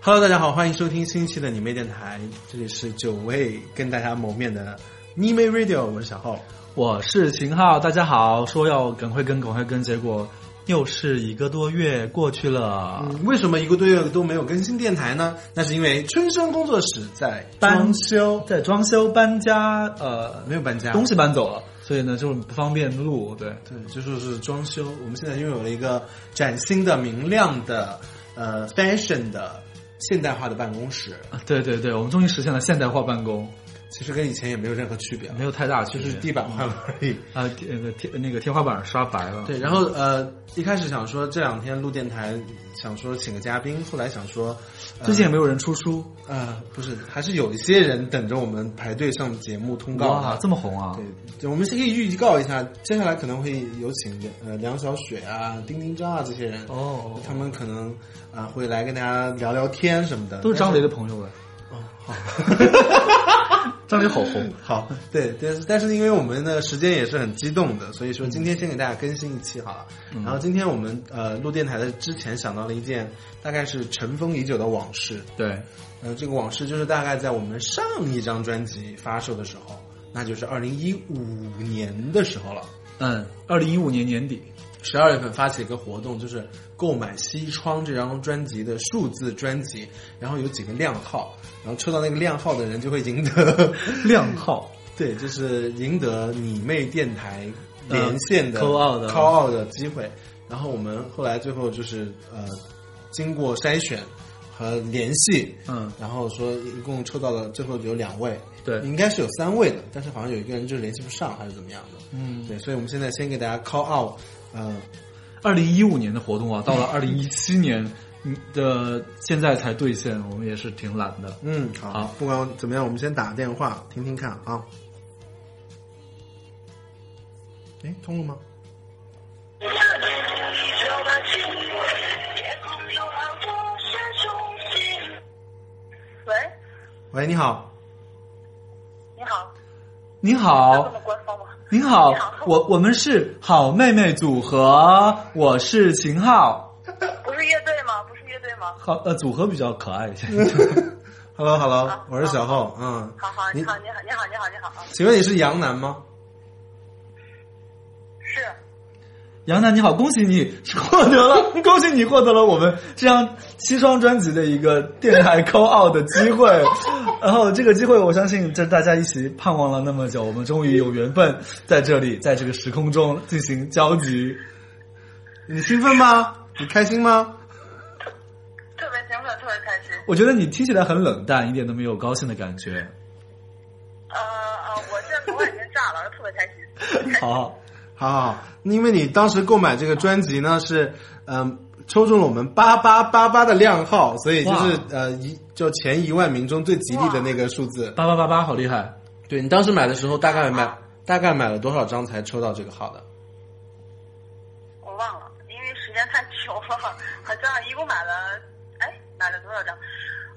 Hello，大家好，欢迎收听新一期的你妹电台，这里是久未跟大家谋面的你妹 Radio，我是小浩。我是秦昊，大家好。说要赶快跟，赶快跟，结果又是一个多月过去了。嗯，为什么一个多月都没有更新电台呢？那是因为春生工作室在搬修，在装修搬家，嗯呃，没有搬家，东西搬走了，所以呢就不方便录。对，对，就说是装修。我们现在拥有了一个崭新的、明亮的、呃 fashion 的现代化的办公室，啊对对对，我们终于实现了现代化办公，其实跟以前也没有任何区别了，啊没有太大区就别是。地板换了而已。啊，那个天那个天花板刷白了。对，然后呃，一开始想说这两天录电台，想说请个嘉宾，后来想说，呃嗯最近也没有人出书。呃，不是，还是有一些人等着我们排队上节目通告哇，的。这么红啊！对，就我们先可以预告一下，接下来可能会有请呃梁小雪啊、丁丁张啊这些人，哦，他们可能啊、会来跟大家聊聊天什么的。都是张雷的 朋友了。哦，好，张雷好红。 好，对，但是但是因为我们的时间也是很激动的，所以说今天先给大家更新一期好了。然后今天我们呃录电台的之前想到了一件大概是尘封已久的往事，对，呃，这个往事就是大概在我们上一张专辑发售的时候，那就是二零一五年的时候了。嗯，二零一五年年底。十二月份发起一个活动，就是购买《西窗》这张专辑的数字专辑，然后有几个靓号，然后抽到那个靓号的人就会赢得靓号，对，就是赢得你妹电台连线的呃 call out 的 call out 的机会。然后我们后来最后就是呃，经过筛选和联系，嗯，然后说一共抽到了最后有两位，对应该是有三位的，但是好像有一个人就联系不上还是怎么样的，嗯，对，所以我们现在先给大家 call out，呃，二零一五年的活动啊，到了二零一七年嗯的现在才兑现，我们也是挺懒的。嗯，好，好不管怎么样，我们先打电话听听看啊。哎，通了吗？流把情，夜空流淌不是中心。喂，喂，你好，你好，您要这好么，官方吗？您好你好，我我们是好妹妹组合，我是秦昊，不是乐队吗？不是乐队吗？好呃组合比较可 爱一些。 Hello，Hello，啊我是小浩。嗯，好好，你你好，你好，你好，你好，你好，啊请问你是杨楠吗？是杨楠你好，恭喜你获得了， 恭喜你获得了我们这张西装专辑的一个电台 call out 的机 会。然后这个机会，我相信这是大家一起盼望了那么久，我们终于有缘分在这里，在这个时空中进行交集。你兴奋吗？你开心吗？特别兴奋，特别开心。我觉得你听起来很冷淡，一点都没有高兴的感觉。 呃呃，我现在头发已经炸了，特别开心。 好，好好，好，因为你当时购买这个专辑呢是，嗯、抽中了我们八八八八的靓号，所以就是哇呃一就前一万名中最吉利的那个数字。啊八八八八，好厉害！对你当时买的时候大概买大概买了多少张才抽到这个号的？我忘了，因为时间太久了，好像一共买了，哎，买了多少张？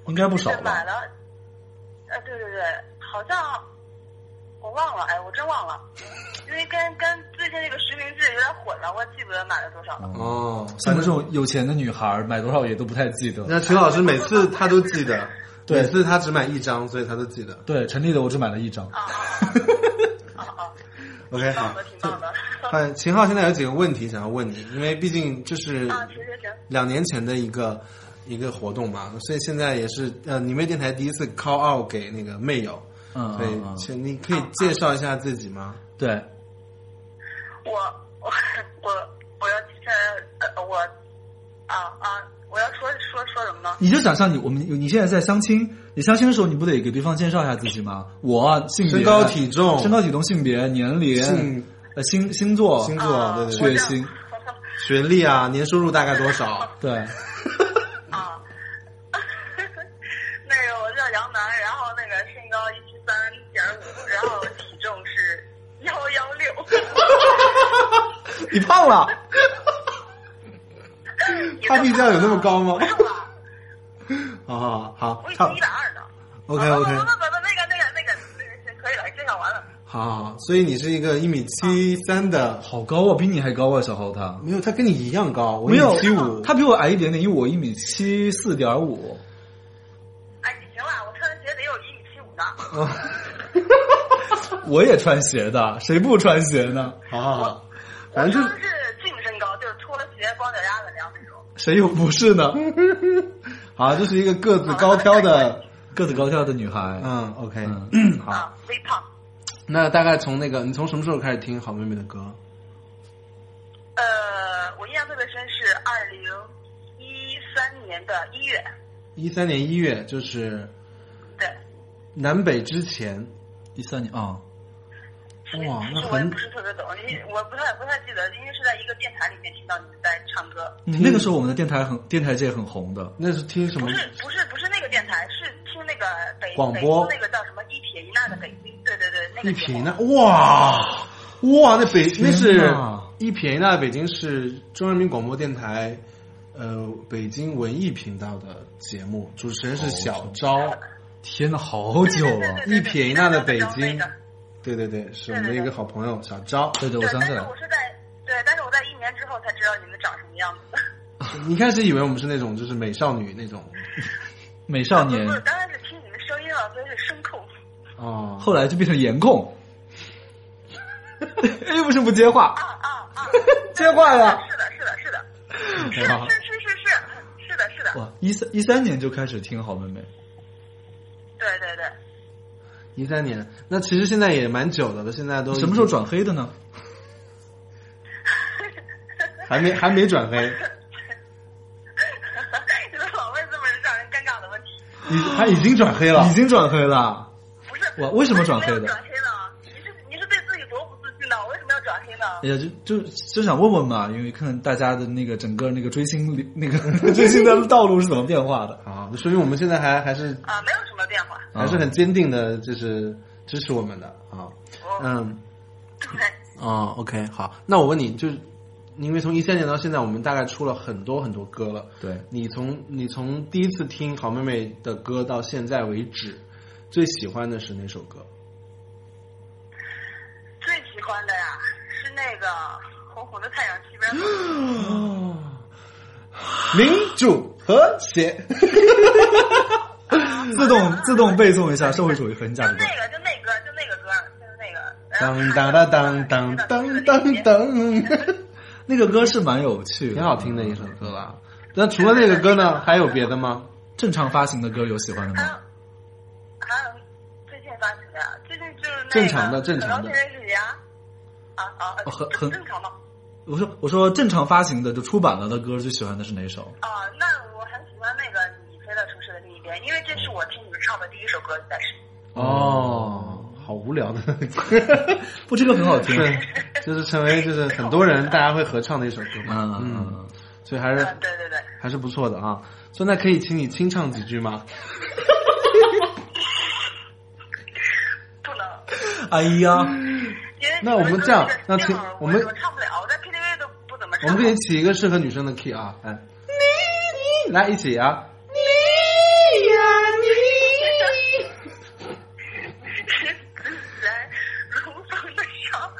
应该不少是买吧？了，呃，对对对，好像我忘了，哎，我真忘了，因为跟跟最近这个实名制有点混了，我记不得买了多少了。哦，像 我们这种有钱的女孩儿，买多少也都不太记得。那徐老师每次他都记得，对每次他只买一张，所以他都记得。对，陈立的我只买了一张。啊啊啊啊！ OK，挺好棒的，。挺棒的。呃，秦昊现在有几个问题想要问你，因为毕竟这是啊，行行行，两年前的一个一个活动嘛，所以现在也是呃，你妹电台第一次 call out 给那个妹友，嗯所嗯以嗯，请你可以介绍一下自己吗？对，我我我我要这呃我啊啊，我要说说说什么呢？你就想象你我们你现在在相亲，你相亲的时候你不得给对方介绍一下自己吗？我啊性别、身高、体重、嗯身高、体重、性别、年龄、性呃星星座，星座，啊，对对血对， 型学历啊，年收入大概多少？对，啊， 那个我叫杨楠，然后那个身高一七三点五，然后体重是幺幺六， 你胖了，他必酱有那么高吗？是吧？好好哦好，啊我已差经一百二了。 OK 啊 OK，不不不不，那个那个那个那个可以了，介绍完了。好好，好所以你是一个一米七三的，好高啊，比你还高啊，小浩他没有他跟你一样高，我没有七五，他比我矮一点点，因为我一米七四点五，哎的，呃 我也穿鞋的，谁不穿鞋呢？好好好，我反正穿就的是净身高，就是脱了鞋光脚丫子凉那种。谁又不是 呢？好，就是一个个子高挑 的，个子高挑的女孩，嗯，OK，嗯，好，啊，微胖。那大概从那个你从什么时候开始听好妹妹的歌？呃，我印象特别深是二零一三年的一月，一三年一月，就是对，南北之前，一三年啊， 哇那其实我也很不是特别懂，因为我不太不太记得，因为是在一个电台里面听到你在唱歌，嗯那个时候我们的电台很电台界很红的，那是听什么不？是不是不是那个电台，是听那个北广北播京那个叫什么一撇一捺的北京，对对对，那个一节撇一目捺，哇哇，那北天那是哪一撇一捺，北京市中央人民广播电台，呃，北京文艺频道的节目，主持人是小哦昭，天呐，好久对 对啊！对一撇一捺的北那京个，对对对，是我们的一个好朋友小昭。对对，对我，想但起是来了我，是在对，但是我在一年之后才知道你们长什么样子。你一开始以为我们是那种就是美少女那种美少年 不，是，当然是听你们声音了，所以是声控。哦，后来就变成颜控， 又不是不接话，啊啊 啊！接话呀！是的，是的，是的，是 OK，好是是是是是的，是的，哎哇，一三一三年就开始听好妹妹，对对对。一三年，那其实现在也蛮久的了，现在都什么时候转黑的呢？还没还没转 黑，你们 老问这么让人尴尬的问题，已他已经转黑了已，经转黑了，不是哇为什么转黑的为什么要转黑呢？你是你是对自己多不自信呢？我为什么要转黑呢哎？呀，就就就想问问嘛，因为看大家的那个整个那个追星里那个 追星的道路是怎么变化的，好，说明啊我们现在还还是啊，没有什么变化。还是很坚定的，就是支持我们的啊。我、嗯，对哦，OK，好，那我问你，就是因为从一三年到现在，我们大概出了很多很多歌了。对你从你从第一次听好妹妹的歌到现在为止，最喜欢的是哪首歌？ 最喜欢的呀是那个红红的太阳西边走。嗯民主和谐。自动自动背诵一下社会主义核心价就值观那。个，就那歌，就那个歌，就是那个。当当当当当当当当，那个歌是蛮有趣的，挺好听的一首歌啦。 那除了那个歌呢，还有别的吗？正常发行的歌有喜欢的还有吗？还有最近发行的，最近就是那个正常的正常的可能是认识你啊啊啊，哦很很正常吗？我说我说正常发行的就出版了的歌，最喜欢的是哪首？啊，那我很喜欢那个你飞到城市的另一边，因为这是我听你们唱的第一首歌，但是哦，好无聊 的歌，不，这个很好听。是就是成为就是很多人大家会合唱的一首歌嘛，嗯嗯嗯，所以还是嗯，对对对，还是不错的啊。所以那可以请你清唱几句吗？不能，哎呀，因为那我们这样那听听我们我唱不了，我在 KTV 都不怎么我唱。们给你起一个适合女生的 key 啊，来，来一起啊， 来，如风的伤，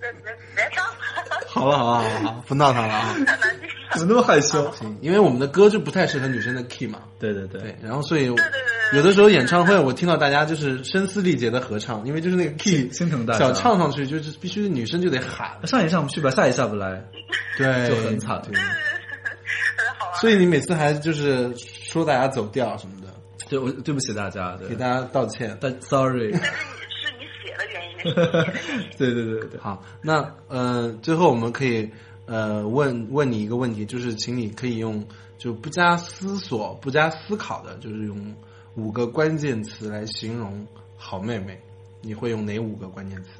别别别唱了，好啊了好了好了，不闹他了啊。 太难听了。 怎么那么害羞？行，因为我们的歌就不太适合女生的 key 嘛，对对对对，，然后所以对对对对有的时候演唱会我听到大家就是声嘶力竭的合唱，因为就是那个 key 心疼大家小唱上去就是必须女生就得喊，上也上不去吧，下也下不来，对，就很惨对对对对，很好啊玩。所以你每次还就是说大家走调什么的，对我对不起大家，给对，大家道歉。但 sorry，但是你是你写的原因，那是你写的原因。 对对对对，好，那呃，最后我们可以呃问问你一个问题，就是请你可以用就不加思索、不加思考的，就是用五个关键词来形容好妹妹，你会用哪五个关键词？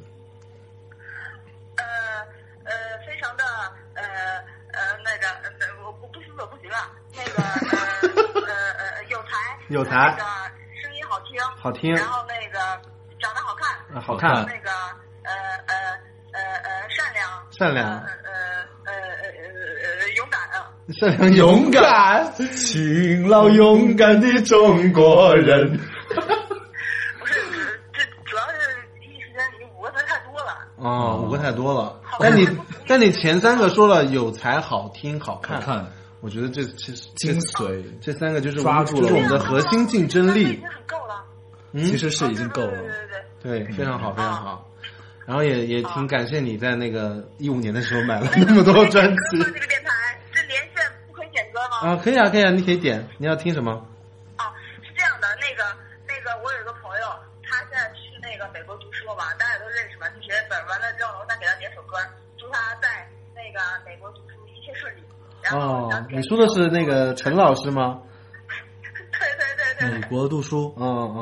呃呃，非常的呃呃那个，呃我我不思索不行啊，那个呃呃呃有才，有才那个声音好听，好听然后那个长得好看，啊，好看看，那个呃呃呃呃善良，善良呃呃呃呃呃呃勇敢，嗯善良勇敢，勤劳勇敢的中国人，不是这这主要是一时间你五个词太多了，哦，五个太多了好。看但你但你前三个说了有才、好听、好看，看我觉得这其实这精髓，这三个就是抓我们住就是了我们的核心竞争那已力经。很够了。嗯其实是已经够对对了。对对对，嗯非常好，非常啊好。然后也也挺感谢你在那个一五年的时候 买了 对。那么多专可辑以点歌吗这个电台是连线，不可以点歌吗？啊，可以啊，可以啊，你可以点，你要听什么？啊，是这样的，那个那个，我有一个朋友，他现在去那个美国读书了嘛，大家也都认识嘛，就写本完了之后，我想给他点首歌，祝他在那个美国读书一切顺利。然后我哦想，你点说的是那个陈老师吗？ 对对对对美对，国读书，嗯嗯，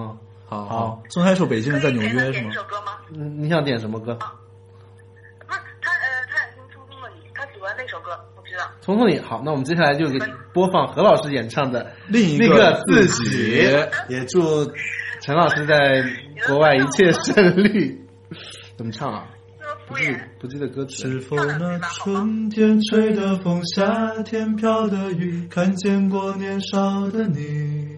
好好，宋开一首《北京人在纽可以给约他》是点吗一？首歌吗？你嗯你想点什么歌？不是，他呃，他也听初中的你，他喜欢那首歌，我知道。聪聪你好，那我们接下来就给你播放何老师演唱的另一那个个自己，也祝陈老师在国外一切顺利。怎么唱啊？ 就是敷不记衍。不记得歌 词。是否那春天吹的风，夏天飘的雨，看见过年少的你？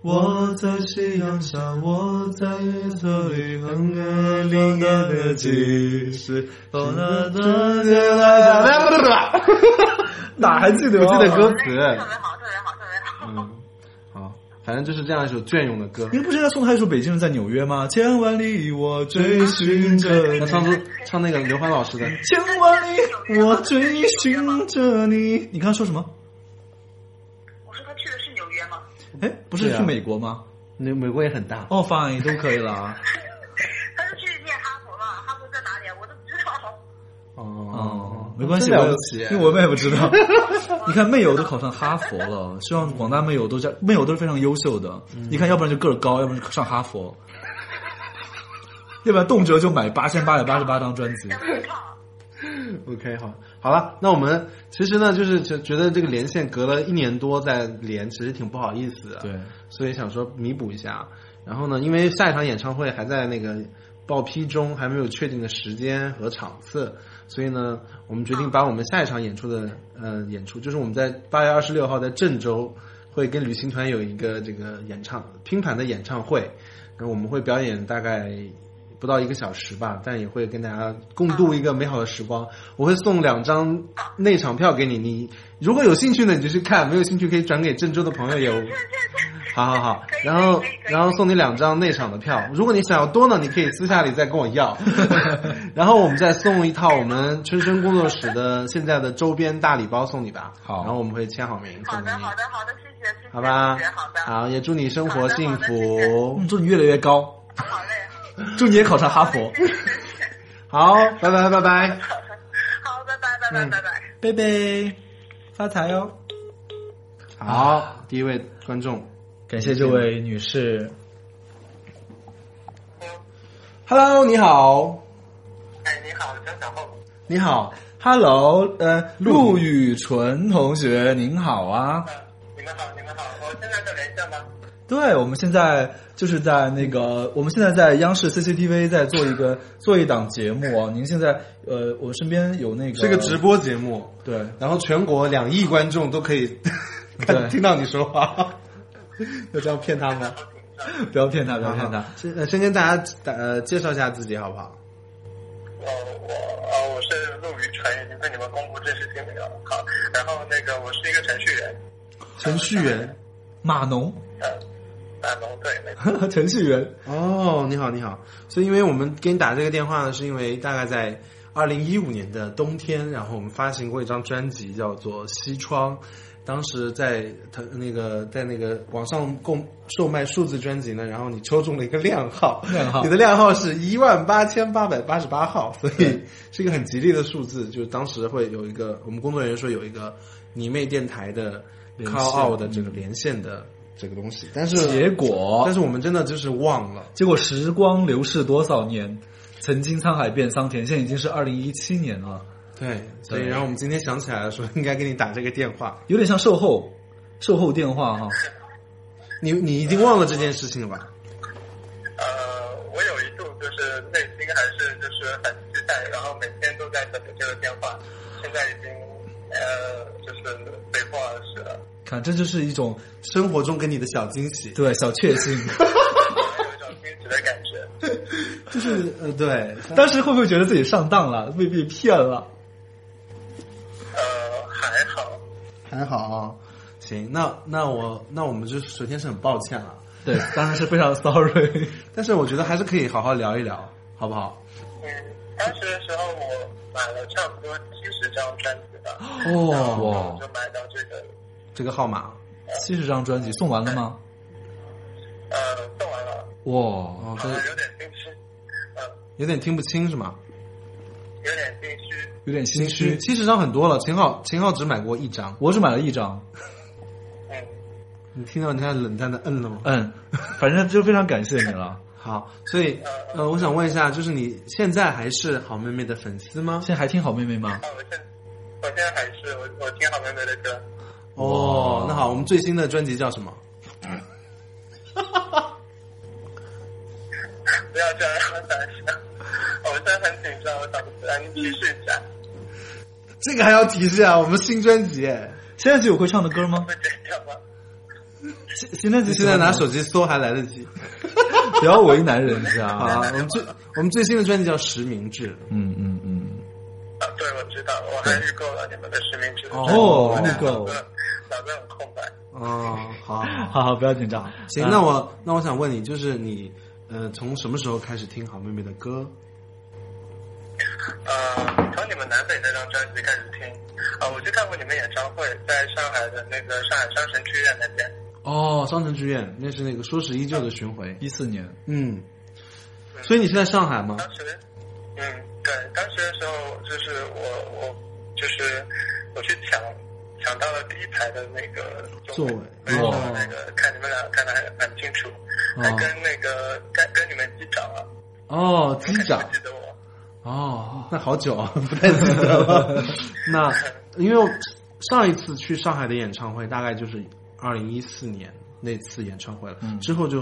我在夕阳下，我在夜色里，哼着另一个记。是否那春天来的？哪还记得？不记得歌哎特词别好，特别好，特别好。嗯，好，反正就是这样一首隽永的歌。您不是在宋他一首《北京人在纽约》吗？千万里我追寻着 你那，唱出唱那个刘欢老师的，千万里我追寻着你。你刚刚说什么？我说他去的是纽约吗？哎，不是对啊去美国吗？那美国也很大。哦、f i n e 都可以了啊。 他是去念哈佛嘛？哈佛在哪里啊？我都不知 道。哦，没关系，真我了不起。因为我妹也不知道。你看，妹友都考上哈佛了，希望广大妹友都在，妹友都是非常优秀的。你看，要不然就个儿高，要不然就上哈佛，要不然动辄就买八千八百八十八张专 辑。想不到。 OK，好，好了，那我们其实呢，就是觉觉得这个连线隔了一年多再连，其实挺不好意思的，对，所以想说弥补一下。然后呢，因为下一场演唱会还在那个报批中，还没有确定的时间和场次，所以呢，我们决定把我们下一场演出的呃演出，就是我们在八月二十六号在郑州会跟旅行团有一个这个演唱拼盘的演唱会，然后我们会表演大概不到一个小时吧，但也会跟大家共度一个美好的时光。我会送两张内场票给你，你如果有兴趣呢，你就去看；没有兴趣可以转给郑州的朋友也无。好好好可，以然后可以可以可以然后送你两张内场的票，如果你想要多呢，你可以私下里再跟我要。 然后我们再送一套我们春生工作室的现在的周边大礼包送你吧。好然后我们会签好 名好送给的，你，好的，好的，谢谢，谢谢，好吧啊谢谢好的，？好，也祝你生好活的幸好的谢谢福。祝你越来越高，好嘞， 祝你也考上哈 佛。好，拜拜拜拜。好，拜拜，拜拜，拜拜。贝贝，发财哦！好，第一位观众，感谢这位女士。 Hello，你好，嗯哎，你好，张小厚。你好， Hello，呃，陆雨纯同学，您好啊。呃你们好，你们好，我现在在连线吗？对，我们现在就是在那个，我们现在在央视 CCTV 在做一个做一档节目啊。您现在呃，我身边有呃那个是个直播节目，对，然后全国两亿观众都可以 看对听到你说话，要这样骗他吗？不要骗他，不要骗他。先呃先跟大家打呃介绍一下自己好不好？呃，我呃，我是陆羽纯，已经被你们公布正式姓名了。好，然后那个我是一个程序员，程序员，码农， 呃，啊，农对，没错。程序员，哦，你好，你好。所以，因为我们给你打这个电话呢，是因为大概在二零一五年的冬天，然后我们发行过一张专辑，叫做《西窗》。当时在他那个在那个网上供售卖数字专辑呢，然后你抽中了一个靓号，靓号你的靓号是一万八千八百八十八号，所以是一个很吉利的数字。就当时会有一个我们工作人员说有一个你妹电台的连线 call out 的这个连线的这个东西，但是结果但是我们真的就是忘了。结果时光流逝多少年，曾经沧海变桑田，现在已经是二零一七年了，对，所以对然后我们今天想起来了，说应该给你打这个电话。有点像售后，售后电话哈、你你已经忘了这件事情了吧？呃，我有一度就是内心还是就是很期待，然后每天都在等着这个电话，现在已经呃就是被迫而逝了，看这就是一种生活中给你的小惊喜，对小确幸。 有一种惊喜的感觉。就是呃对，当时会不会觉得自己上当了，被被骗了？呃，还好。还好啊。行，那那我那我们就首先是很抱歉了，对，当然是非常 sorry。但是我觉得还是可以好好聊一聊，好不好？嗯，当时的时候我买了差不多七十张专辑吧，哦，我哇，就买到这个，这个号码七十张专辑送完了吗？呃，送完了，哇，哦，好这像有点心虚，嗯，有点听不清是吗？有点心虚，有点心其实虚。七十张很多了，秦昊秦昊只买过一张，我只买了一张，嗯，你听到人家冷淡的嗯了吗？嗯，反正就非常感谢你 了。好，所以呃，我想问一下，就是你现在还是好妹妹的粉丝吗现？在还听好妹妹吗？啊，我现我现在还是我我听好妹妹的歌，哦，那好，我们最新的专辑叫什么？不要这样让我想一下， 我现在很紧张，我想不起来，你提示一下，这个还要提示啊，我们新专辑哎。现在就有会唱的歌吗？会剪掉吗？新新专辑 现在拿手机机，搜还来得及。不要为难人 好家。啊，我们最我们最新的专辑叫《实名制嗯嗯嗯，啊，对，我知道，我还预购了你们的实名制，哦我预购脑子脑子很空白，》哦，好，好好好，不要紧张。行，嗯那我那我想问你，就是你呃，从什么时候开始听好妹妹的歌？呃，从你们南北那张专辑开始听，啊、我去看过你们演唱会，在上海的那个上海商城剧院那边。嗯哦，商城剧院，那是那个《说时依旧》的巡回。一四年，嗯，所以你是在上海吗？当时，嗯，对，当时的时候就是我我就是我去抢抢到了第一排的那个座位哦位，所以说那个看你们俩看的还蛮清楚，还跟那个跟跟你们击掌了，哦，你机们肯定长不。记得我。哦，那好久 啊，不太记得了。那因为上一次去上海的演唱会大概就是二零一四年那次演唱会了，嗯之后就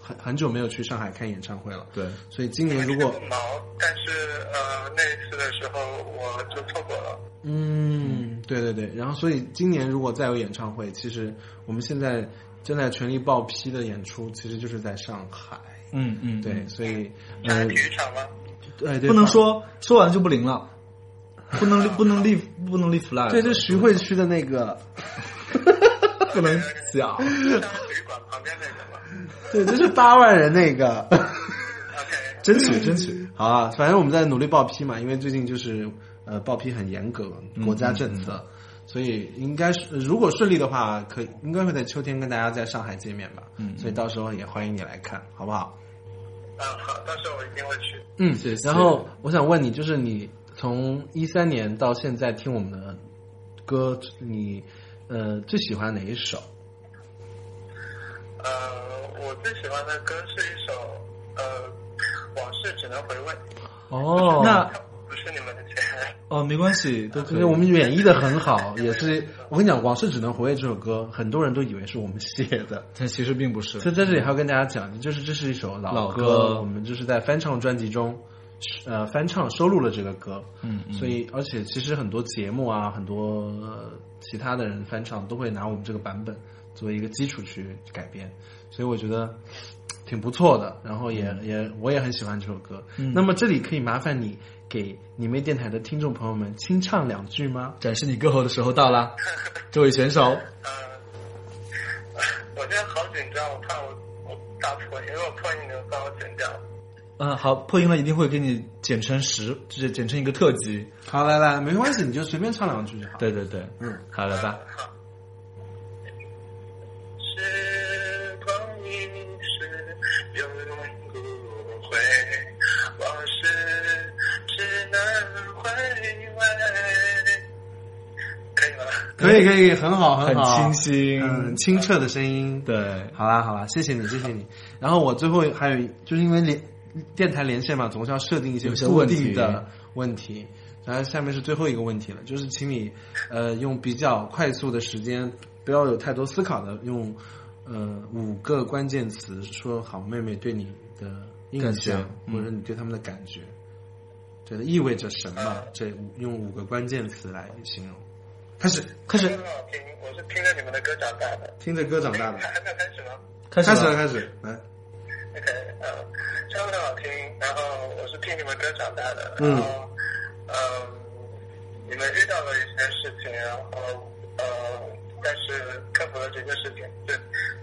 很很久没有去上海看演唱会了。对，所以今我年如记 得果不毛，但是呃那一次的时候我就错过了。嗯，对对对，然后所以今年如果再有演唱会，其实我们现在正在全力报批的演出，其实就是在上海。嗯嗯，对，所以上海 呃哎体，育场吗？对对，不能说说完就不灵了，不能立不能立不能立 flag。对，这徐汇区的那 个，不能讲。上海体育馆旁边那个吗对，就是八万人那 个。 ？OK。争取争取。 好啊，反正我们在努力报批嘛，因为最近就是呃报批很严格，国家政策，嗯所以应该是如果顺利的话，可以应该会在秋天跟大家在上海见面吧。嗯嗯所以到时候也欢迎你来看，好不好？嗯，好，到时候我一定会去。嗯，谢谢然后我想问你，就是你从一三年到现在听我们的歌，你呃最喜欢哪一首？呃，我最喜欢的歌是一首呃《往事只能回味》，哦那不是你们的钱。哦，没关系，都可可以。是我们演绎的很好，也是我跟你讲，《往事只能回味》这首歌，很多人都以为是我们写的，但其实并不是。所以在这里还要跟大家讲，就是这是一首老老歌，歌我们就是在翻唱专辑中，呃，翻唱收录了这个歌，嗯嗯所以而且其实很多节目啊，很多、呃其他的人翻唱都会拿我们这个版本作为一个基础去改编，所以我觉得挺不错的，然后也、也我也很喜欢这首歌。嗯那么这里可以麻烦你给你妹电台的听众朋友们清唱两句吗？展示你歌喉的时候到 了，这位选手，嗯、我现在好紧张，我怕我我打错，因为我破音，你们帮我剪掉。嗯，好，破音了一定会给你剪成十，就是剪成一个特辑。好，来来，没关系，你就随便唱两句就好。对对对，嗯，好来吧。好。时光一逝永不回，往事只能回味。可以吗？可以可以，很好很好，清新嗯，清澈的声音。对，好啦好啦，谢谢你谢谢你。然后我最后还有一，就是因为连电台连线嘛，总是要设定一些有些固问定题的问题。然后下面是最后一个问题了，就是请你呃用比较快速的时间，不要有太多思考的，用呃五个关键词说好妹妹对你的印感觉嗯象，或者你对他们的感觉，觉得意味着什么？这五用五个关键词来形容。开始开真始很好听，我是听着你们的歌长大的。听着歌长大的还，还没有开始吗开始开始了了，开始来。 ？OK，呃，唱歌很好听，然后我是听你们歌长大的，嗯然后，嗯、你们遇到了一些事情，然后呃，但是克服了这些事情，最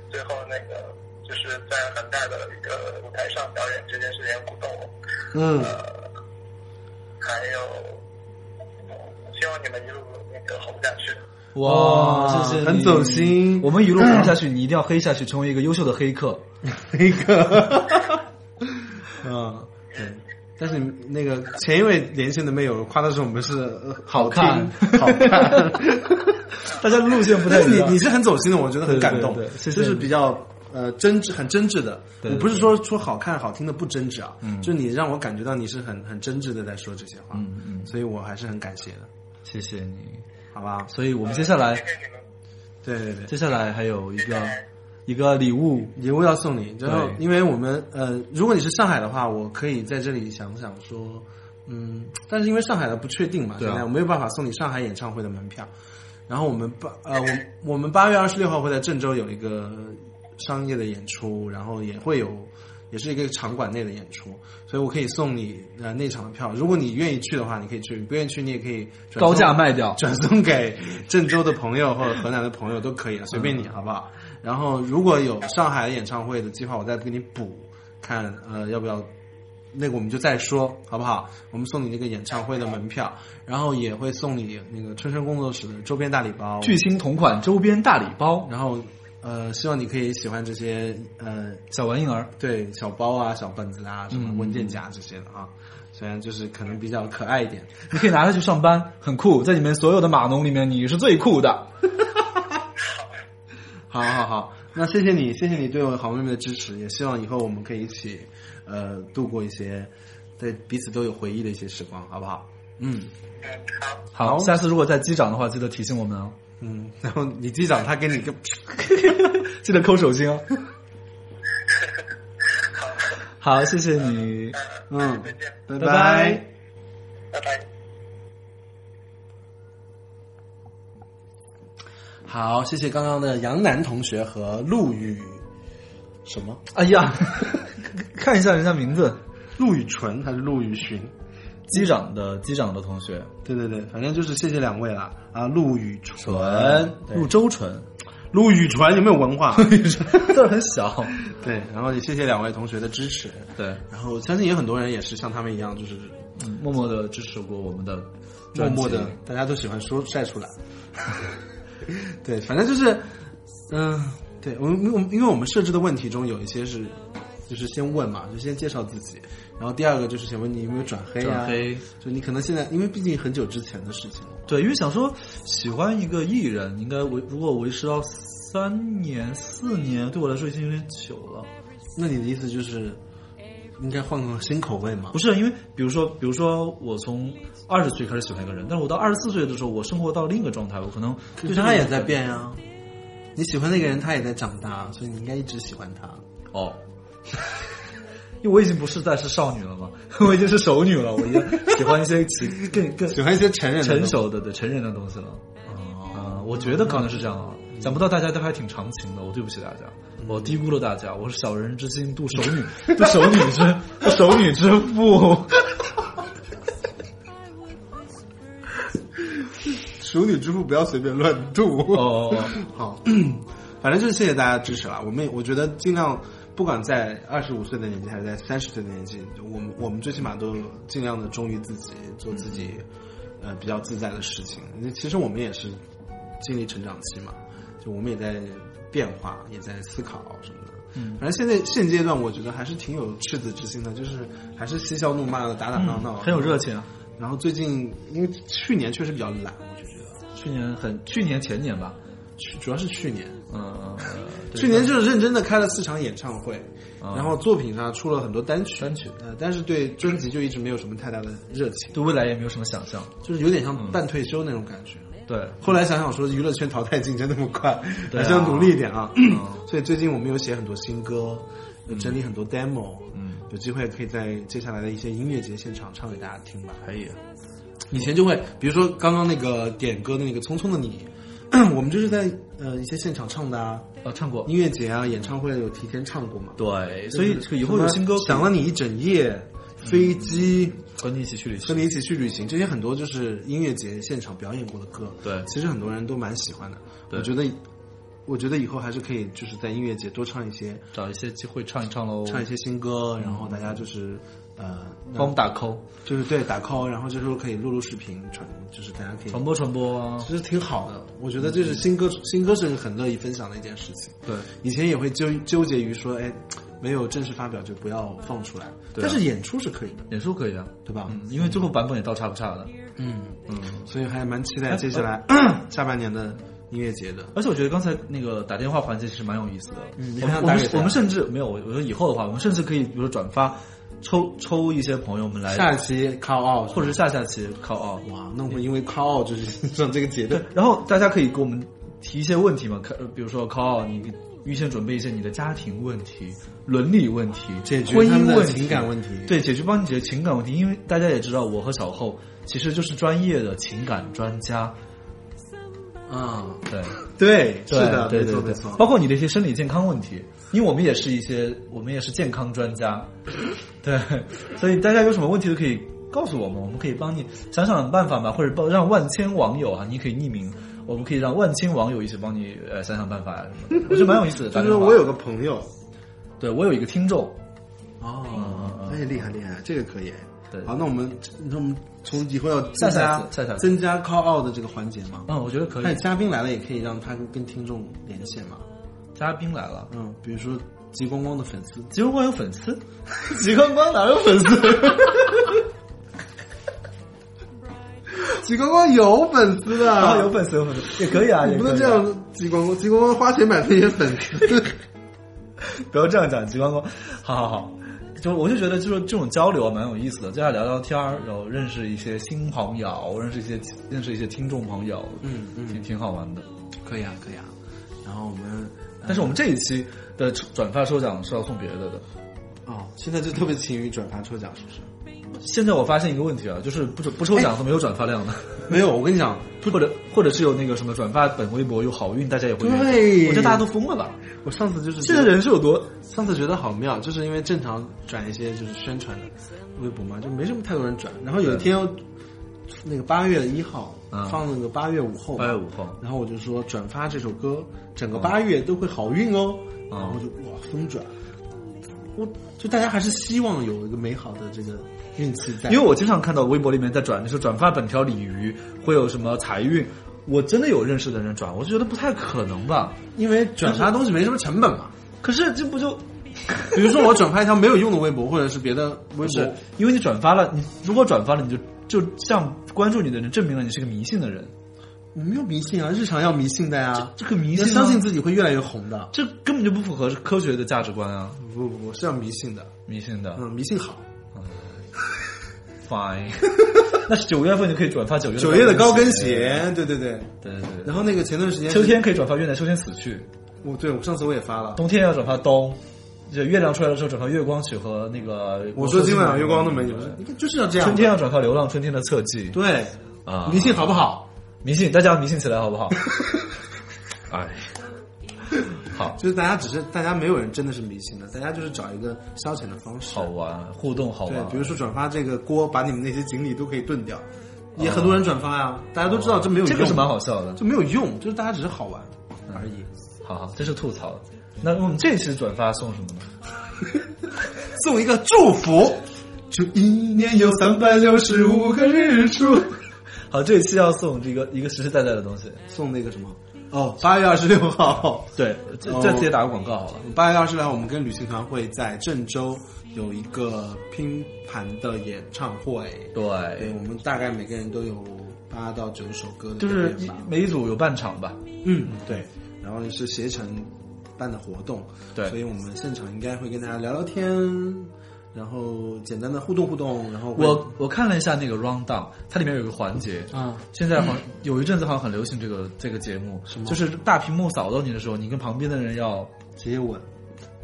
最后那个就是在很大的一个舞台上表演这件事情鼓动我，嗯，还有，嗯希望你们一路那个红下去。哇，谢谢你很走心我们一路红下去，你一定要黑下去，成为一个优秀的黑客。那个， 嗯，对。但是那个前一位连线的妹友夸的是我们是呃好听看好 看，大家的路线不太但是一你样。你是很走心的，我觉得很感动，对对对谢谢就你是比较呃真挚，很真挚的。对对我不是说说好看好听的不真挚啊，嗯就是你让我感觉到你是很很真挚的在说这些话，嗯嗯，所以我还是很感谢的，谢谢你。好吧？所以我们接下来谢谢你们。对对对，接下来还有一个一个礼物，礼物要送你，然后对因为我们呃，如果你是上海的话，我可以在这里想想说，嗯，但是因为上海的不确定嘛，对啊现在我没有办法送你上海演唱会的门票。然后我们八呃，我我们八月二十六号会在郑州有一个商业的演出，然后也会有也是一个场馆内的演出，所以我可以送你呃那场的票。如果你愿意去的话，你可以去；你不愿意去，你也可以转送高价卖掉。转送给郑州的朋友或者河南的朋友都可以嗯啊，随便你好不好？然后如果有上海演唱会的计划，我再给你补，看呃要不要。那个我们就再说，好不好？我们送你那个演唱会的门票，然后也会送你那个春生工作室的周边大礼包。巨星同款周边大礼包，然后呃，希望你可以喜欢这些呃小玩意儿。对，小包啊、小本子啊、什么嗯文件夹这些的啊，虽然就是可能比较可爱一点。你可以拿它去上班，很酷。在你们所有的码农里面，你是最酷的。好好好，那谢谢你，谢谢你对我好妹妹的支持，也希望以后我们可以一起，呃，度过一些对彼此都有回忆的一些时光，好不好？嗯嗯，好，好，好下次如果再击掌的话，记得提醒我们哦，嗯，然后你机长他给 你一个，记得抠手 心哦。好，谢谢你。嗯再，见，拜拜拜拜拜。好，谢谢刚刚的杨楠同学和陆羽什么哎呀， 看一下人家名字，陆羽纯还是陆羽寻？机长的机长的同学对对对，反正就是谢谢两位啦啊！陆羽纯，对陆 周纯，陆羽纯有没有文 化？字儿很小。对，然后也谢谢两位同学的支持，对，然后相信有很多人也是像他们一样，就是嗯默默的支持过我们的默专辑默的，大家都喜欢说晒出来。 对，反正就是，嗯、对我们我们因为我们设置的问题中有一些是，就是先问嘛，就先介绍自己，然后第二个就是想问你有没有转黑啊？转黑。就你可能现在，因为毕竟很久之前的事情了，对，因为想说喜欢一个艺人，应该维如果维持到三年四年，对我来说已经有点久了。那你的意思就是应该换个新口味嘛不？是因为，比如说，比如说我从二十岁开始喜欢一个人，但是我到二十四岁的时候，我生活到另一个状态，我可能可是这个他也人在变呀、你喜欢那个人，他也在长大，所以你应该一直喜欢他。哦。 因为我已经不是再是少女了嘛， 我已经是熟女了，我已经喜欢一些其更更喜欢一些成人的成东西熟的对成人的东西了。哦啊、我觉得可能是这样啊，想不到大家都还挺长情的，我对不起大家，嗯我低估了大家，我是小人之心度熟女， 度熟女之度熟女之父。熟女之父不要随便乱度。哦， 好， 反正就是谢谢大家的支持啦。我们也我觉得尽量，不管在二十五岁的年纪还是在三十岁的年纪，我们我们最起码都尽量的忠于自己，做自己呃比较自在的事情。其实我们也是经历成长期嘛，就我们也在变化，也在思考什么的。嗯反正现在现阶段，我觉得还是挺有赤子之心的，就是还是嬉笑怒骂的，打打闹闹，很有热。情啊。然后最近，因为去年确实比较懒，我就觉得，去年很，去年前年吧，去主要是去年， 嗯，对去年就是认真的开了四场演唱会，啊然后作品上出了很多单曲，单曲呃，但是对专辑就一直没有什么太大的热情，对未来也没有什么想象。就是有点嗯像半退休那种感觉。对，后来想想说，娱乐圈淘汰竞争那么快，对啊还是要努力一点啊。嗯所以最近我们有写很多新歌，有整理很多 demo，嗯，有机会可以在接下来的一些音乐节现场唱给大家听吧。可以。以前就会，比如说刚刚那个点歌的那个《匆匆的你》， 我们就是在呃一些现场唱的啊，呃，唱过。音乐节啊、演唱会有提前唱过嘛。对，所所以以嗯以后有新歌，想了你一整夜，飞机和你一起去旅和行。你一起去旅行，这些很多就是音乐节现场表演过的歌。对其实很多人都蛮喜欢的。对我觉得我觉得以后还是可以，就是在音乐节多唱一些找一些机会唱一唱喽，唱一些新歌，然后大家就是呃，帮我们打 call，就是对打 call，然后这时候可以录录视频传，就是大家可以传播传播啊。其实挺好的，我觉得这是新歌新歌是很乐意分享的一件事情。对，以前也会纠纠结于说，哎，没有正式发表就不要放出来，对啊但是演出是可以的，演出可以啊，对吧？嗯，因为最后版本也倒差不差的，嗯，嗯。呃所以还蛮期待接下来 下半年的音乐节的。而且我觉得刚才那个打电话环节其实蛮有意思的。嗯你我还想们我打们给谁啊我们甚至没有，我我说以后的话，我们甚至可以比如说转发，抽抽一些朋友们来，下一期 call out，或者是下下期 call out。哇，那我会因为 call out 就是 让这个节对的，然后大家可以给我们提一些问题嘛，看呃比如说 call out，你预先准备一些你的家庭问题、伦理问题、解决婚他们姻的问题、情感问题。啊对，解决帮你解决情感问题，因为大家也知道，我和小厚其实就是专业的情感专家，啊，对。对，是 对的，对没对错对没错。包括你的一些身体健康问题，因为我们也是一些，我们也是健康专家， 对，所以大家有什么问题都可以告诉我们，我们可以帮你想想办法吧，或者帮让万千网友啊，你可以匿名，我们可以让万千网友一起帮你呃想想办法啊什么的，我觉得蛮有意思的。呃就打是 电话我有，个朋友，对我有一个听众，哦，哎，厉害厉害，这个可以。对好，那我们那我们从以后要增下加下次下下次增加 call out 的这个环节吗？嗯，我觉得 可那以，嘉宾来了也可以让他跟跟听众连线嘛。嘉宾来了。嗯，比如说极光光的粉丝， 极光光有粉丝，极光光哪有粉 丝？极光光有粉丝的，啊，有粉丝，有粉丝也可以啊，也你不能可以这啊样，极光光极光光花钱买这些粉丝。不要这样讲，极光光，好好好，就是我就觉得就是这种交流蛮有意思的，大家聊聊天儿，然后认识一些新朋友，认识一些认识一些听众朋友， 嗯挺嗯，挺好玩的。可以啊可以啊。然后我们但是我们这一期的转发抽奖是要送别的的。哦，现在就特别勤于转发抽奖，是不是？现在我发现一个问题啊，就是不不抽奖是没有转发量的，没有，我跟你讲，或者或者是有那个什么转发本微博有好运，大家也会愿意对我觉得大家都疯了吧？我上次就是觉现得在人是有多上次觉得好妙，就是因为正常转一些就是宣传的嗯微博嘛，就没什么太多人转。然后有一天，那个八月一号、嗯放那个八月五后，八月五号然后我就说转发这首歌，整个八月都会好运哦。嗯然后就哇疯转，我就大家还是希望有一个美好的这个运气在，因为我经常看到微博里面在转，就是转发本条鲤鱼会有什么财运，我真的有认识的人转，我就觉得不太可能吧。因为转发东西没什么成本嘛。可是这不就 比如说我转发一条没有用的微博，或者是别的微不是博，因为你转发了，你如果转发了，你就就向关注你的人证明了你是个迷信的人，我没有迷信啊，日常要迷信的呀、这个迷你信要呢相信自己会越来越红的。这根本就不符合科学的价值观啊，不不不，是要迷信的。迷信的。嗯，迷信好。 Fine，那 是九月份就可以转发九月九月的高跟，鞋，对对对。对对对。然后那个前段时间，秋，天可以哦转发越南秋天死去，我对我上次我也发了，冬天要转发冬，就月亮出来的时候转发月光曲和那个。我说今晚有月光都没有对，你看就是要这样。春天要转发《流浪春天》的侧记对，啊迷信好不好？迷信，大家迷信起来 好不好？哎，好就是大家只是大家没有人真的是迷信的，大家就是找一个消遣的方式好。玩，互动好对玩，，比如说转发这个锅，把你们那些锦鲤都可以炖掉，也很多人转发呀。大家都知道这没有啊这个用是蛮好笑的。就没有用，就是大家只是好玩而已。好，这是吐槽。那我们这期转发送什么呢？送一个祝福，祝一年有三百六十五个日出。 好，这一期要送这个一个实实在在的东西。送那个什么？哦，八月二十六号，对，这哦这次也打个广告好了。八月二十六号，我们跟旅行团会在郑州有一个拼盘的演唱会。对，对，我们大概每个人都有八到九首歌的就表是演一吧。每一组有半场吧。嗯，对。然后是携程办的活动，对所以我们现场应该会跟大家聊聊天，然后简单的互动互动，然后会我我看了一下那个 round down，它里面有一个环节，啊，现在好像有一阵子好像很流行这 个这个节目什么，就是大屏幕扫到你的时候，你跟旁边的人要直接吻。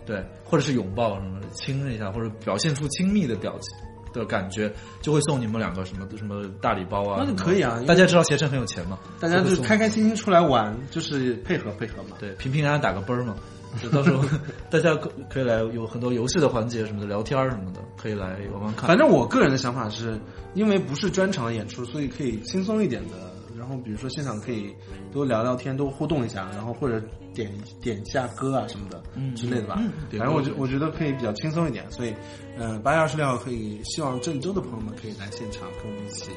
对，或者是拥抱什么的亲一下，或者表现出亲密的表情的感觉，就会送你们两个什么什么大礼包啊，那就什么可以啊因为大家知道携程很有钱嘛，大家就是会送开开心心出来玩，就是配合配合嘛。对平平安安打个啵儿嘛，就到时候 大家可可以来有很多游戏的环节什么的，聊天儿什么的，可以来玩玩看。反正我个人的想法是，因为不是专场的演出，所以可以轻松一点的，然后后比如说现场可以多聊聊天，多互动一下，然后或者点点一下歌啊什么的，嗯之类的吧。嗯反正我觉我觉得可以比较轻松一点，所以，呃，八月二十六号可以，希望郑州的朋友们可以来现场跟我们一起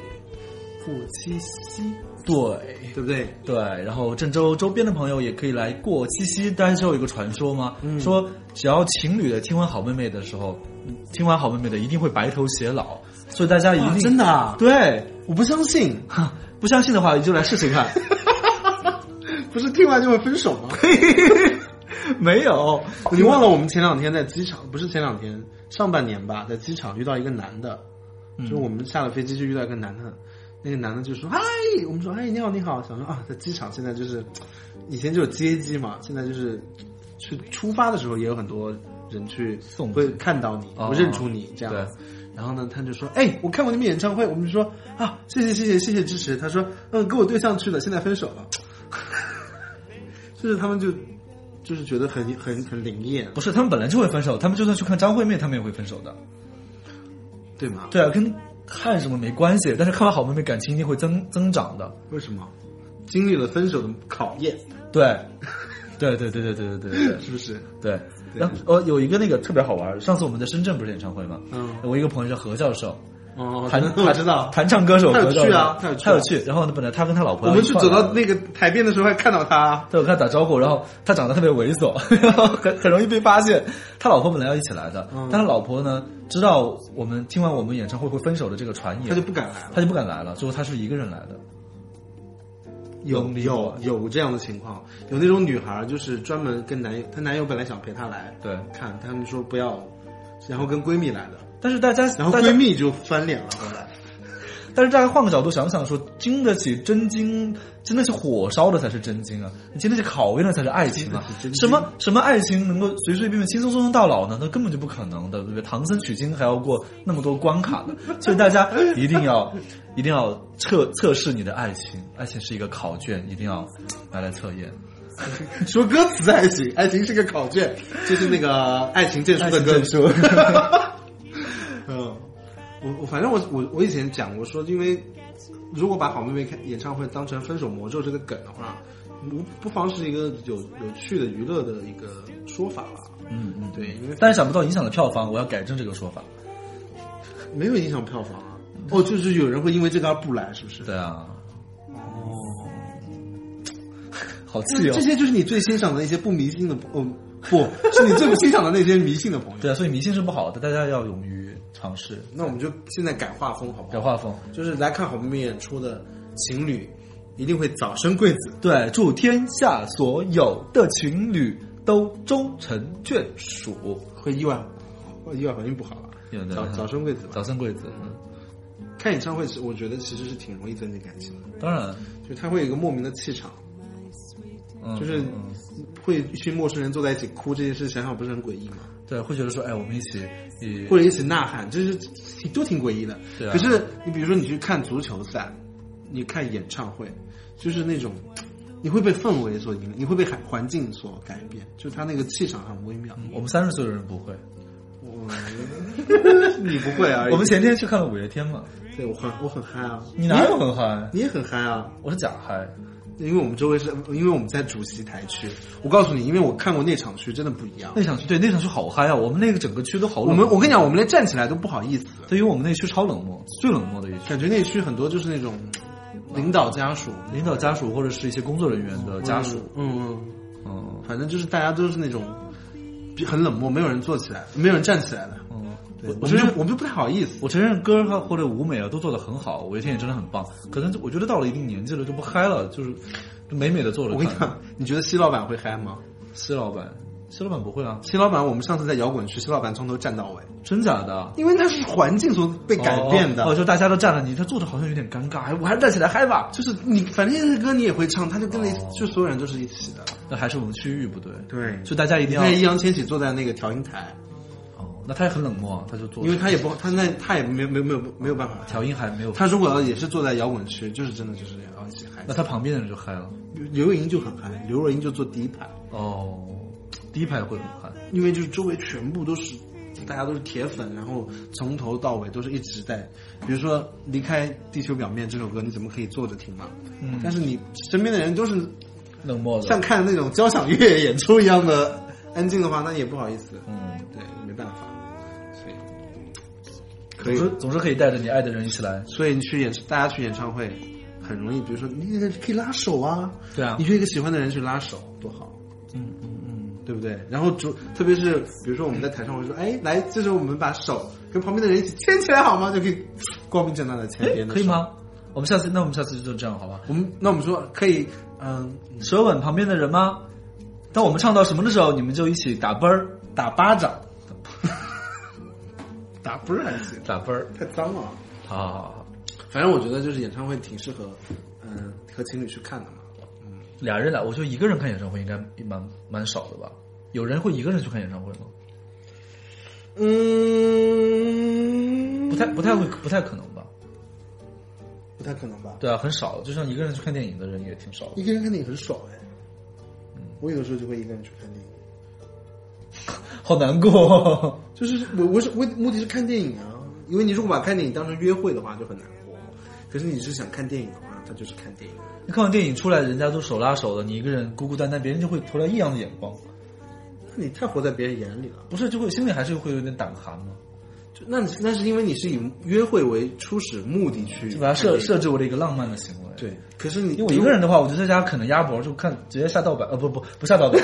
过七夕，对。对不对？对，然后郑州周边的朋友也可以来过七夕。大家知道有一个传说吗？嗯说只要情侣的听完好妹妹的时候，嗯听完好妹妹的一定会白头偕老，所以大家一定、哇真的啊对，我不相信，哈不相信的话你就来试试 看。不是听完就会分手吗？没有，你忘了我们前两天在机场，不是前两天，上半年吧，在机场遇到一个男的，嗯就是我们下了飞机就遇到一个男的，那个男的就说：“嗨，我们说哎你好你好。”想说啊，在机场现在就是，以前就是接机嘛，现在就是去出发的时候也有很多人去送会看到你，哦会认出你这样对子。然后呢，他就说：“哎，我看过你们演唱会。”我们就说：“啊，谢谢谢谢谢谢支持。”他说：“嗯，跟我对象去了，现在分手了。”就是他们就就是觉得很很很灵验，不是他们本来就会分手，他们就算去看张惠妹，他们也会分手的。对吗？对啊，跟看什么没关系，但是看完好妹妹感情一定会增增长的。为什么？经历了分手的考验， 对，对对对对对对对对对。是不是？对，对然后呃有一个那个特别好玩儿，上次我们在深圳不是演唱会吗？嗯我一个朋友叫何教授，哦弹我知道，弹唱歌手他有何教去授啊他有去啊他有去。然后呢，本来他跟他老婆我要一们去块儿走来到那个台边的时候还看到他，对，我跟他打招呼，然后他长得特别猥琐， 然后很很容易被发现。他老婆本来要一起来的，嗯但他老婆呢知道我们听完我们演唱会会分手的这个传言，他就不敢来了。他就不敢来了，最后他是一个人来的。有懂有有这样的情况，有那种女孩儿就是专门跟男友，她男友本来想陪她来对，看，他们说不要，然后跟闺蜜来的，但是大家，然后大家闺蜜就翻脸了。后来，但是大家换个角度想想说，经得起真金，经得起火烧的才是真金啊！你经得起考验的才是爱情啊经得起！真金什么什么爱情能够随随便便轻松松到老呢？那根本就不可能的，对不对？唐僧取经还要过那么多关卡呢， 所以大家一定要一定要测测试你的爱情，爱情是一个考卷，一定要拿来测验。 说歌词爱情，爱情是个考卷，就是那个爱情证书的歌爱情证词。 嗯，我我反正我我我以前讲过说，因为如果把好妹妹看演唱会当成分手魔咒这个梗的话，不不妨是一个有有趣的娱乐的一个说法吧。嗯嗯，对，因为但是想不到影响了票房，我要改正这个说法。没有影响票房啊。哦，就是有人会因为这个而不来，是不是？对啊，哦，好气这哦这！些就是你最欣赏的那些不迷信的朋，哦，不是你最不欣赏的那些迷信的朋友。对啊，所以迷信是不好的，大家要勇于尝试，那我们就现在改画风，好不好改？画风。就是来看好妹妹演出的情侣，一定会早生贵子。对，祝天下所有的情侣都终成眷属。会意外，会意外怀孕不好吧有？的嗯早早生贵子吧早。生贵子，嗯，看演唱会是，我觉得其实是挺容易增进感情的，当然，就他会有一个莫名的气场，嗯，就是嗯嗯会一群陌生人坐在一起哭这件事，想想不是很诡异吗？对，会觉得说，哎，我们一起，以或者一起呐喊，就是挺都挺诡异的。对啊可是你比如说你去看足球赛，你看演唱会，就是那种你会被氛围所影，你会被环环境所改变，就他那个气场很微妙。我们三十岁的人不会。我 你不会啊而已。我们前天去看了五月天嘛，对我很我很嗨啊，你哪有很嗨？你也很嗨啊，我是假嗨，因为我们周围是因为我们在主席台区。我告诉你，因为我看过那场区，真的不一样那。场区对那场区好嗨啊！我们那个整个区都好冷我漠。们我跟你讲，我们连站起来都不好意思，对于我们那区超冷漠，最冷漠的一区。感觉那区很多就是那种领导家属、领导家属或者是一些工作人员的家属，，嗯嗯，嗯反正就是大家都是那种很冷漠，没有人坐起来，没有人站起来的。嗯，对我我我觉觉得得我们就不太好意思。我承认歌和或者舞美啊都做得很好，五月天也真的很棒。可能我觉得到了一定年纪了就不嗨了，就是就美美的做了。我跟你，讲，你觉得西老板会嗨吗？西老板，西老板不会啊，西老板，我们上次在摇滚区，西老板从头站到尾，真假的？啊因为他是环境所被改变的。哦，哦就大家都站了，你这坐着好像有点尴尬，哎，我还是站起来嗨吧。就是你，反正这个歌你也会唱，他就跟着一起哦就所有人都是一起的。那还是我们区域不对，对就大家一定你要。看易烊千玺坐在那个调音台，哦，那他也很冷漠，他就坐着，因为他也不他那他也没有没有没有没有办法调。调音还没有。他如果要也是坐在摇滚区，就是真的就是要一起嗨那。他旁边的人就嗨了。刘若英就很嗨，刘若英就坐第一排，哦，第一排会很嗨。因为就是周围全部都是大家都是铁粉，然后从头到尾都是一直在，比如说《离开地球表面》这首歌，你怎么可以坐着听嘛？嗯但是你身边的人都是冷漠了。像看那种交响乐演出一样的安静的话，那也不好意思，嗯，对，没办法，所以可总以是总是可以带着你爱的人一起来。所以你去演，大家去演唱会很容易，比如说你可以拉手啊，对啊你约一个喜欢的人去拉手，多好，嗯嗯嗯，对不对？然后主，特别是比如说我们在台上会说，哎，来，这时候我们把手跟旁边的人一起牵起来好吗？就可以光明正大的牵别哎，人的可以手？吗？我们下次，那我们下次就这样好吧？我们那我们说可以，嗯，舌吻旁边的人吗？当我们唱到什么的时候，你们就一起打啵儿、打巴掌、打不是还行，打啵儿。太脏了。好好好好，反正我觉得就是演唱会挺适合，嗯，和情侣去看的嘛。嗯，俩人来，我觉得一个人看演唱会应该蛮蛮少的吧？有人会一个人去看演唱会吗？嗯，不太不太会，不太可能吧？不太可能吧？对啊，很少，就像一个人去看电影的人也挺少的。一个人看电影很爽哎，我有的时候就会一个人去看电影，好难过。 就是我我是我目的是看电影啊，因为你如果把看电影当成约会的话就很难过，可是你是想看电影的话，它就是看电影。你看完电影出来，人家都手拉手的，你一个人孤孤单单，别人就会投来异样的眼光，那你太活在别人眼里了，不是就会心里还是会有点胆寒吗？就那你那是因为你是以约会为初始目的去就把它设看电影设置为了一个浪漫的行为。，对，可是你因为我一个人的话，我就在家啃着鸭脖，就看直接下盗版，呃，不不不下盗 版，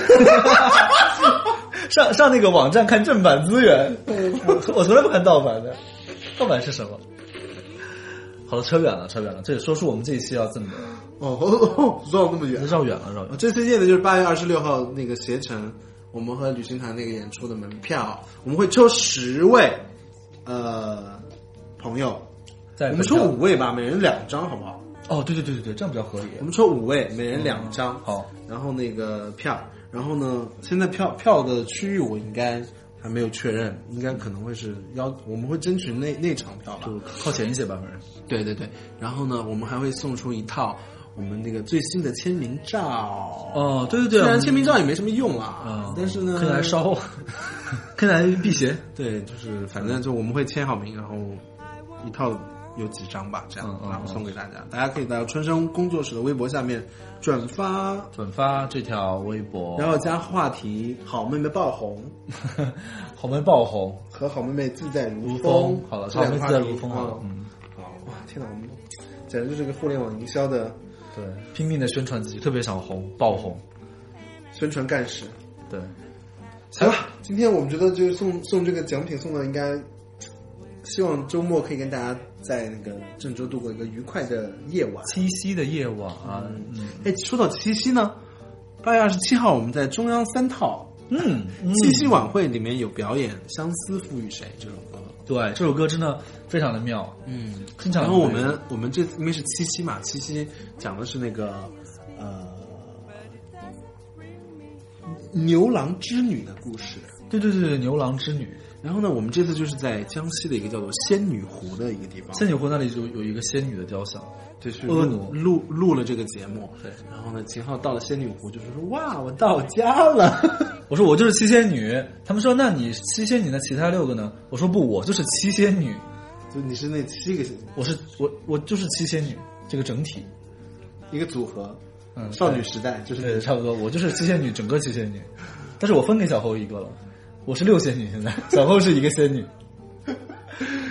上上那个网站看正版资源， 我我从来不看盗版的，盗版是什么？好了，扯远了，扯远了，这也说出我们这一期要这么哦哦哦绕那么远，绕远了，绕远我了。这次夜的就是八月二十六号那个携程，我们和旅行团那个演出的门票，我们会抽十位，呃，朋友，在我们抽五位吧，每人两张，好不好？哦，对对对对对，这样比较合理。我们抽五位，每人嗯两张，好，然后那个票，然后呢，现在票票的区域我应该还没有确认，应该可能会是要我们会争取那那场票吧，就靠前一些吧，反正。对对对，然后呢，我们还会送出一套我们那个最新的签名照，哦，对对虽对，然我们签名照也没什么用啊，啊，但是呢，可以拿来烧，可以拿来辟邪。对，就是反正就我们会签好名，然后一套有几张吧，这样，嗯嗯然后送给大家。大家可以到春生工作室的微博下面转发，转发这条微博，然后加话题“好妹妹爆红 好妹爆红，”和“好妹妹自在如如风”风。好了，这好两妹个自话在题如风啊好了，。嗯，好哇，天哪，我们简直就是个互联网营销的对，拼命的宣传自己，特别想红爆红，宣传干事。对，行了，今天我们觉得就是送送这个奖品送的应该，希望周末可以跟大家在那个郑州度过一个愉快的夜晚。七夕的夜晚啊，嗯哎，说到七夕呢，八月二十七号我们在中央三套嗯，嗯七夕晚会里面有表演《相思赋予谁》这首歌。对，这首歌真的非常的妙，嗯，经常然后我们我们这次因为是七夕嘛，七夕讲的是那个呃牛郎织女的故事。对对对对牛郎织女，然后呢，我们这次就是在江西的一个叫做仙女湖的一个地方，仙女湖那里有有一个仙女的雕像，就是婀录娜录录了这个节目。对，然后呢，秦昊到了仙女湖，就是说哇，我到家了。 我说我就是七仙女，他们说那你七仙女那其他六个呢？我说不，我就是七仙女，就你是那七个我是我我就是七仙女这个整体，一个组合，嗯，少女时代就是对，差不多，我就是七仙女，整个七仙女，但是我分给小侯一个了，我是六仙女，现在小侯是一个仙女，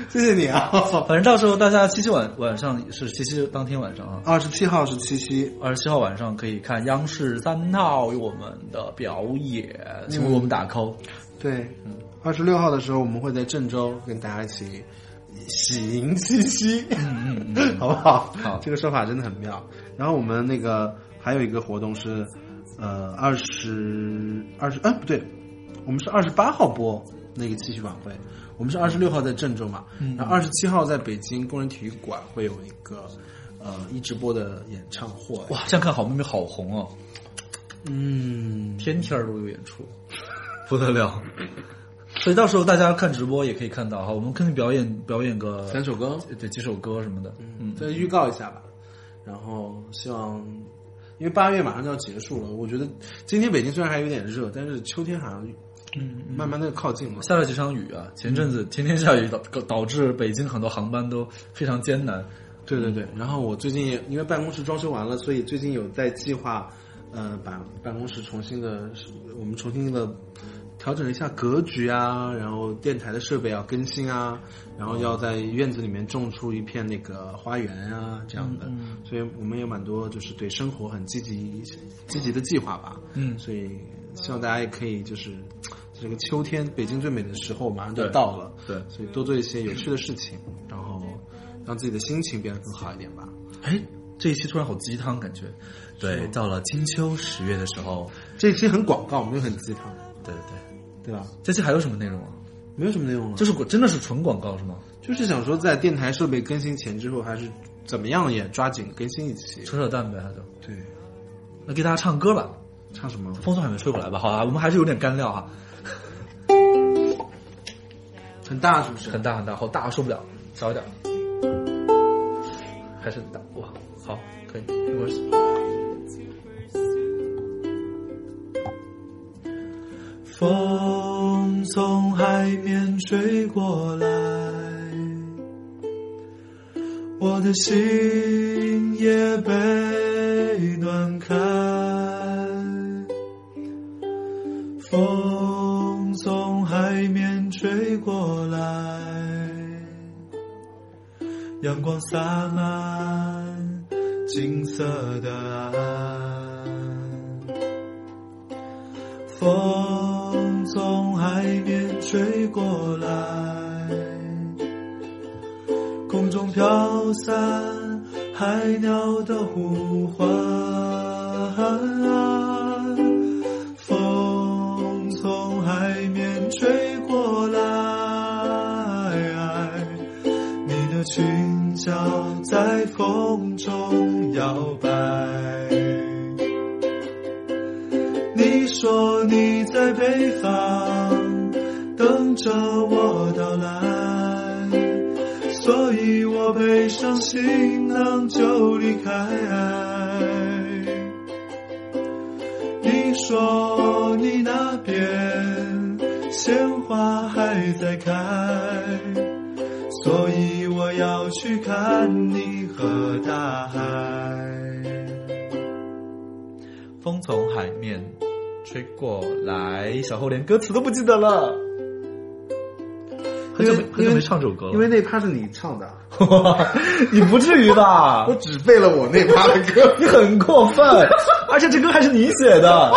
谢谢你啊！ 反正到时候大家七夕晚晚上是七夕当天晚上啊，二十七号是七夕，二十七号晚上可以看央视三套有我们的表演，请为我们打 call，、对，嗯二十六号的时候我们会在郑州跟大家一起喜迎七夕，嗯 嗯好不好？好这个说法真的很妙。然后我们那个还有一个活动是，呃，二十二十，哎，不对，我们是二十八号播那个七夕晚会，我们是二十六号在郑州嘛，嗯然后二十七号在北京工人体育馆会有一个呃一直播的演唱会，哇，这样看好妹妹好红哦，嗯，天天儿都有演出， 不得了。所以到时候大家看直播也可以看到哈，我们肯定表演表演个三首歌。对几首歌什么的，嗯，再预告一下吧。然后希望，因为八月马上就要结束了，我觉得今天北京虽然还有点热，但是秋天好像嗯，嗯慢慢的靠近嘛。下了几场雨啊，前阵子天天下雨导导致北京很多航班都非常艰难。对对对，嗯然后我最近也因为办公室装修完了，所以最近有在计划，呃，把办公室重新的，我们重新的调整一下格局啊，然后电台的设备要更新啊，然后要在院子里面种出一片那个花园啊这样的，嗯所以我们有蛮多就是对生活很积极积极的计划吧，嗯所以希望大家也可以就是这个秋天北京最美的时候马上就对到了，对，所以多做一些有趣的事情，然后让自己的心情变得更好一点吧。哎，这一期突然好鸡汤感觉。对，到了金秋十月的时候，这一期很广告，没有很鸡汤，对对对，对吧？这期还有什么内容啊？没有什么内容了，就就是真的是纯广告是吗？就是想说，在电台设备更新前之后，还是怎么样也抓紧更新一期。扯扯淡呗，还就对，那给大家唱歌吧。唱什么？风速还没吹过来吧？好啊，我们还是有点干料啊哈，很大是不是？很大很大，好大受不了，小一点，还是很大哇，好，可以，没关系。风从海面吹过来，我的心也被暖开。风从海面吹过来，阳光洒满金色的岸。风从海面吹过来，空中飘散海鸟的呼唤。风从海面吹过来，你的裙角在风中摇摆。你说你在北方等着我到来，所以我背上行囊就离开。你说你那边鲜花还在开，所以我要去看你和大海。风从海面吹过来，小后连歌词都不记得了。很久没很久没唱这首歌了，因 为那趴是你唱的，你不至于吧我？只背了我那趴的歌， 你很过分，而且这歌还是你写的，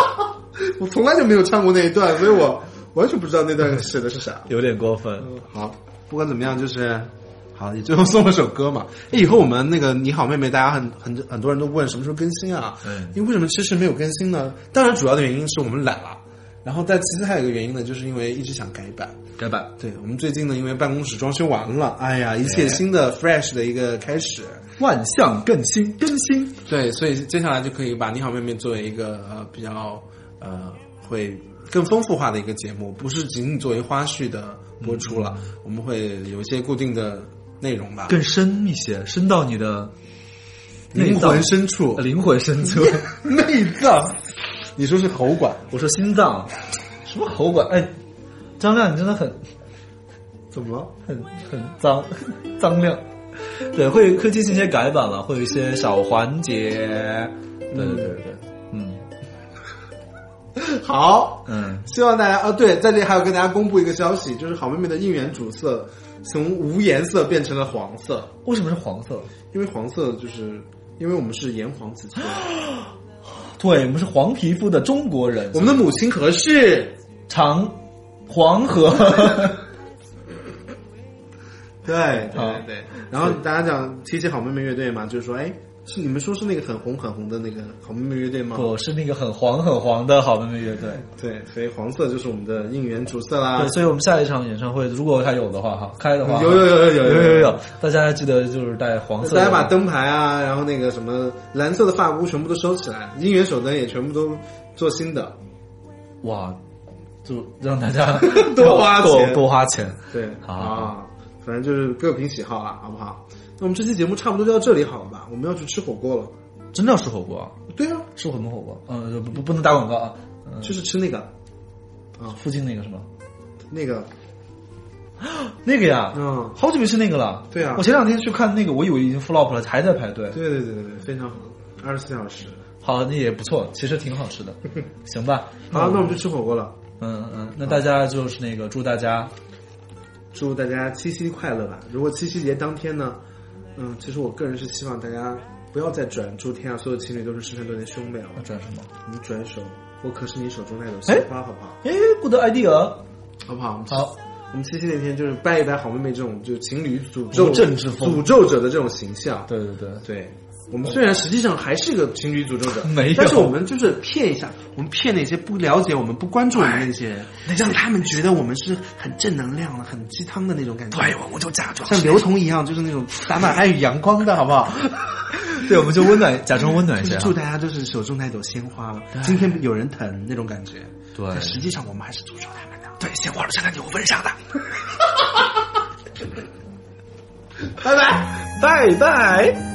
我从来就没有唱过那一段，所以我完全不知道那段写的是啥。有点过分。好，不管怎么样，就是好，也最后送了首歌嘛。哎以后我们那个你好妹妹，大家很很很多人都问什么时候更新啊？嗯因为为什么迟迟没有更新呢？当然，主要的原因是我们懒了，然后但其次还有一个原因呢，就是因为一直想改版。改版对我们最近呢，因为办公室装修完了，哎呀，一切新的 fresh 的一个开始。万象更新，更新对，所以接下来就可以把你好妹妹作为一个呃比较呃会。更丰富化的一个节目，不是仅仅作为花絮的播出了，我们会有一些固定的内容吧。更深一些，深到你的灵魂深处呃， 灵魂深处。内脏，你说是喉管？我说心脏，什么喉管？哎，张亮，你真的很怎么了？很很脏 脏亮。对，会会进行一些改版了，会有一些小环节。对对对对对，嗯好，嗯，希望大家啊，对，在这里还要跟大家公布一个消息，就是好妹妹的应援主色从无颜色变成了黄色，为什么是黄色？因为黄色就是因为我们是炎黄子孙，对，我们是黄皮肤的中国人， 我们的母亲河是，长黄河。 对好对对。啊然后大家讲提起好妹妹乐队嘛，就是说，哎，是你们说是那个很红很红的那个好妹妹乐队吗？我是那个很黄很黄的好妹妹乐队。对，所以黄色就是我们的应援主色啦对，。所以我们下一场演唱会如果它有的话哈，开的话有有有有啊有有有有，大家记得就是带黄色的。大家把灯牌啊，然后那个什么蓝色的发箍全部都收起来，姻缘手灯也全部都做新的。哇，就让大家 多花钱多多花钱。对好啊，反正就是各凭喜好啦，好不好？那我们这期节目差不多就到这里好了吧？我们要去吃火锅了。真的要吃火锅啊？对啊，呃吃什么火锅？嗯，不不不能打广告啊。嗯，就是吃那个啊、嗯附近那个是吗？那个，那个呀，嗯好久没吃那个了。对啊我前两天去看那个，我以为已经 flop 了，还在排队。对对对对对，非常好，二十四小时。好，那也不错，其实挺好 吃的，行吧？好，那我我们就吃火锅了。嗯嗯，那大家就是那个祝大家祝大家七夕快乐吧！如果七夕节当天呢，嗯，其实我个人是希望大家不要再转祝天啊，所有情侣都是十全十美兄妹哦啊。转什么？你转手，我可是你手中那朵鲜哎花，好不好？哎，good idea，好不好？我们好，我们七夕那天就是拜一拜好妹妹这种就情侣诅无咒政之风诅咒者的这种形象。对对对，对，我们虽然实际上还是个情侣诅咒者，没有但是我们就是骗一下，我们骗那些不了解我们、不关注我们哎的那些人，让他们觉得我们是很正能量的、很鸡汤的那种感觉。对，我们就假装像刘同一样，就是那种洒满爱与阳光的，好不 好？对，我们就温暖，假装温暖一就下是。祝大家就是手中那朵鲜花，今天有人疼那种感觉。对但实际上我们还是诅咒他们的。对，鲜花是看有温莎的。 拜拜。拜拜。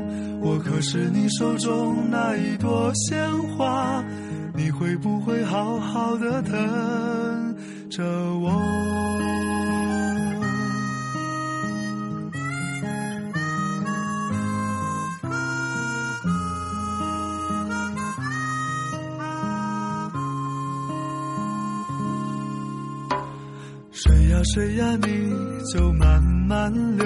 我可是你手中那一朵鲜花。你会不会好好的疼着我？水呀水呀，你就慢慢流，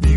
你